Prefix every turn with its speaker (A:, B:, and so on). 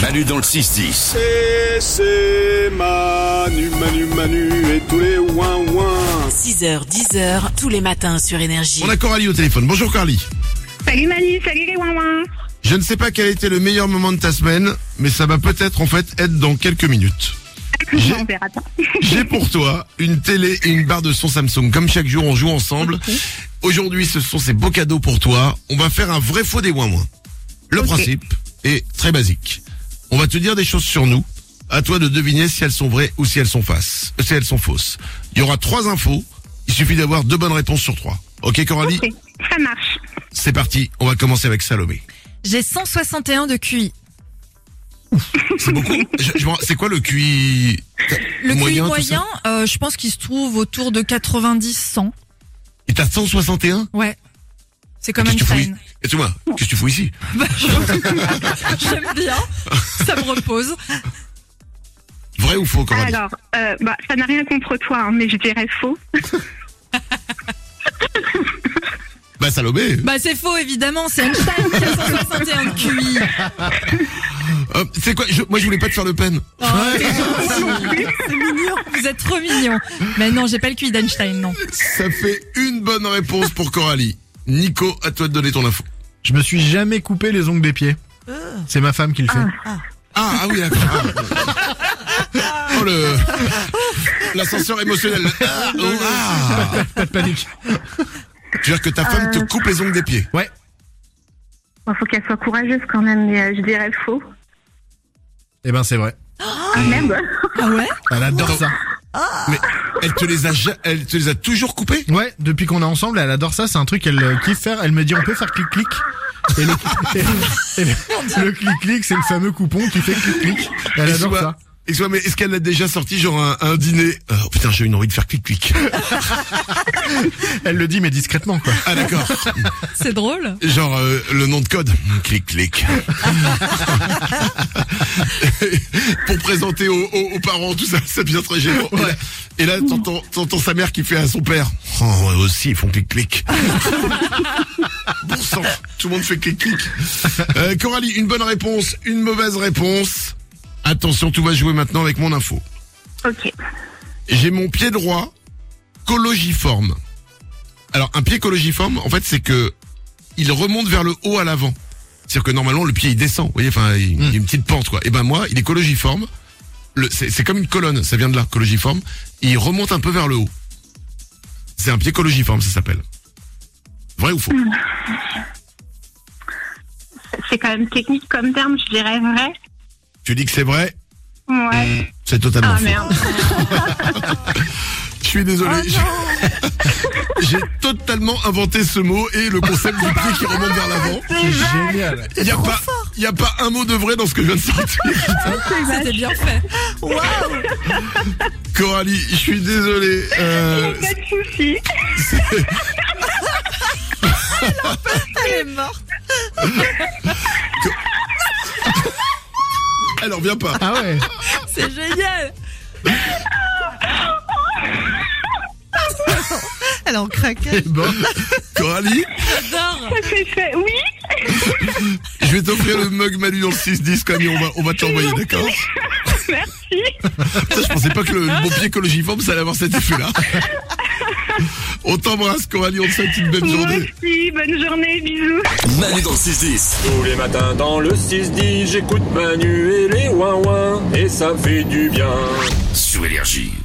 A: Manu dans le 6-10.
B: Et c'est Manu, Manu, Manu et tous les ouin ouin.
C: 6h, 10h, tous les matins sur Énergie.
D: On a Coralie au téléphone. Bonjour Coralie.
E: Salut Manu, salut les ouin
D: Je ne sais pas quel était le meilleur moment de ta semaine, mais ça va peut-être en fait être dans quelques minutes. J'ai-
E: On verra ça.
D: J'ai pour toi une télé et une barre de son Samsung. Comme chaque jour, on joue ensemble. Aujourd'hui, ce sont ces beaux cadeaux pour toi. On va faire un vrai faux des moins moins. Le
E: Ok.
D: principe est très basique. On va te dire des choses sur nous. À toi de deviner si elles sont vraies ou si elles sont fausses. Si elles sont fausses. Il y aura trois infos. Il suffit d'avoir deux bonnes réponses sur trois. Ok Coralie,
E: Ok, ça marche.
D: c'est parti. On va commencer avec Salomé.
F: J'ai 161 de QI.
D: C'est beaucoup. Je- je m'en- c'est quoi le QI
F: Le
D: Moyen,
F: QI
D: tout
F: moyen, euh, je pense qu'il se trouve autour de 90-100.
D: Et t'as 161
F: Ouais. C'est comme
D: Qu'est-ce que Ah, tu fous ici
F: Einstein.
D: Et tu moi qu'est-ce que tu fous ici
F: Bah, je- J'aime bien. Ça me repose.
D: Vrai ou faux
F: Ah,
D: Coralie
E: Alors, euh, bah, ça n'a rien contre toi, hein, mais je dirais faux.
D: Bah Salomé.
F: Bah, c'est faux, évidemment. C'est Einstein qui a 161 de QI.
D: Euh, c'est quoi je, Moi, je voulais pas te faire le peine.
F: Oh, t'es gentil. C'est mignon. Vous êtes trop mignon. Mais non, j'ai pas le QI d'Einstein, non.
D: Ça fait une bonne réponse pour Coralie. Nico, à toi de donner ton info.
G: Je me suis jamais coupé les ongles des pieds. C'est ma femme qui le fait.
D: Ah, ah oui, d'accord. Ah. Oh le l'ascenseur émotionnel. Ah, oh, ah.
G: Pas de panique.
D: Tu veux dire que ta femme te coupe les ongles des pieds
G: Ouais.
E: Il faut qu'elle soit courageuse quand même, mais euh, je dirais faux.
G: Eh ben c'est vrai.
E: Ah merde
F: Ah ouais?
G: Elle adore ça.
D: Mais elle te les a ja- elle te les a toujours coupés
G: Ouais, depuis qu'on est ensemble, elle adore ça. C'est un truc qu'elle euh, kiffe faire. Elle me dit on peut faire clic clic. Et le, et le- le clic clic, c'est le fameux coupon qui fait clic clic. Elle
D: Et
G: adore
D: soit-
G: ça.
D: Et soit, mais est-ce qu'elle l'a déjà sorti genre un, un dîner Oh putain, j'ai une envie de faire clic clic.
G: Elle le dit mais discrètement quoi.
D: Ah d'accord.
F: C'est drôle.
D: Genre euh, le nom de code. Clic, clic. Pour présenter aux, aux- aux parents, tout ça, ça devient très gênant. Et là, et là, t'entends, t'entends sa mère qui fait à son père. Oh, eux aussi, ils font clic, clic. bon sang, tout le monde fait clic, clic. Euh, Coralie, une bonne réponse, une mauvaise réponse. Attention, tout va jouer maintenant avec mon info.
E: Ok.
D: J'ai mon pied droit collogiforme. Alors un pied collogiforme, en fait, c'est que il remonte vers le haut à l'avant. C'est-à-dire que normalement le pied il descend, vous voyez, enfin il il y a une petite pente quoi. Et ben moi, il est collogiforme. Le- C'est c'est comme une colonne, ça vient de là, collogiforme. Et il remonte un peu vers le haut. C'est un pied collogiforme, ça s'appelle. Vrai ou faux
E: C'est quand même technique comme terme, je dirais vrai.
D: Tu dis que c'est vrai
G: Euh.
E: Ouais.
D: C'est totalement
E: Ah
D: faux.
E: merde.
D: Je suis désolé. J'ai totalement inventé ce mot et le concept du pied qui remonte vers l'avant.
G: C'est génial.
D: Il n'y a, pas- y a pas un mot de vrai dans ce que je viens de sortir.
F: C'était bien fait.
D: Coralie, je suis désolé. euh,
E: Pas de soucis.
F: Elle est morte.
D: alors, viens pas.
G: Ah ouais.
F: C'est génial.
H: Elle est en craquait.
G: Bon.
D: Coralie,
F: J'adore.
E: C'est fait. Oui
D: je vais t'offrir le mug Manu dans le 6-10, Camille. On va, on va te l'envoyer, d'accord
E: Merci.
D: Putain, Je pensais pas que le bon pied collogiforme, ça allait avoir cet effet-là. On t'embrasse, Coralie. On te souhaite une belle journée.
E: Merci. Bonne journée. Bisous.
A: Manu dans le 6-10.
B: Tous les matins dans le 6-10, j'écoute Manu et les ouin ouin et ça me fait du bien.
A: Sur Énergie.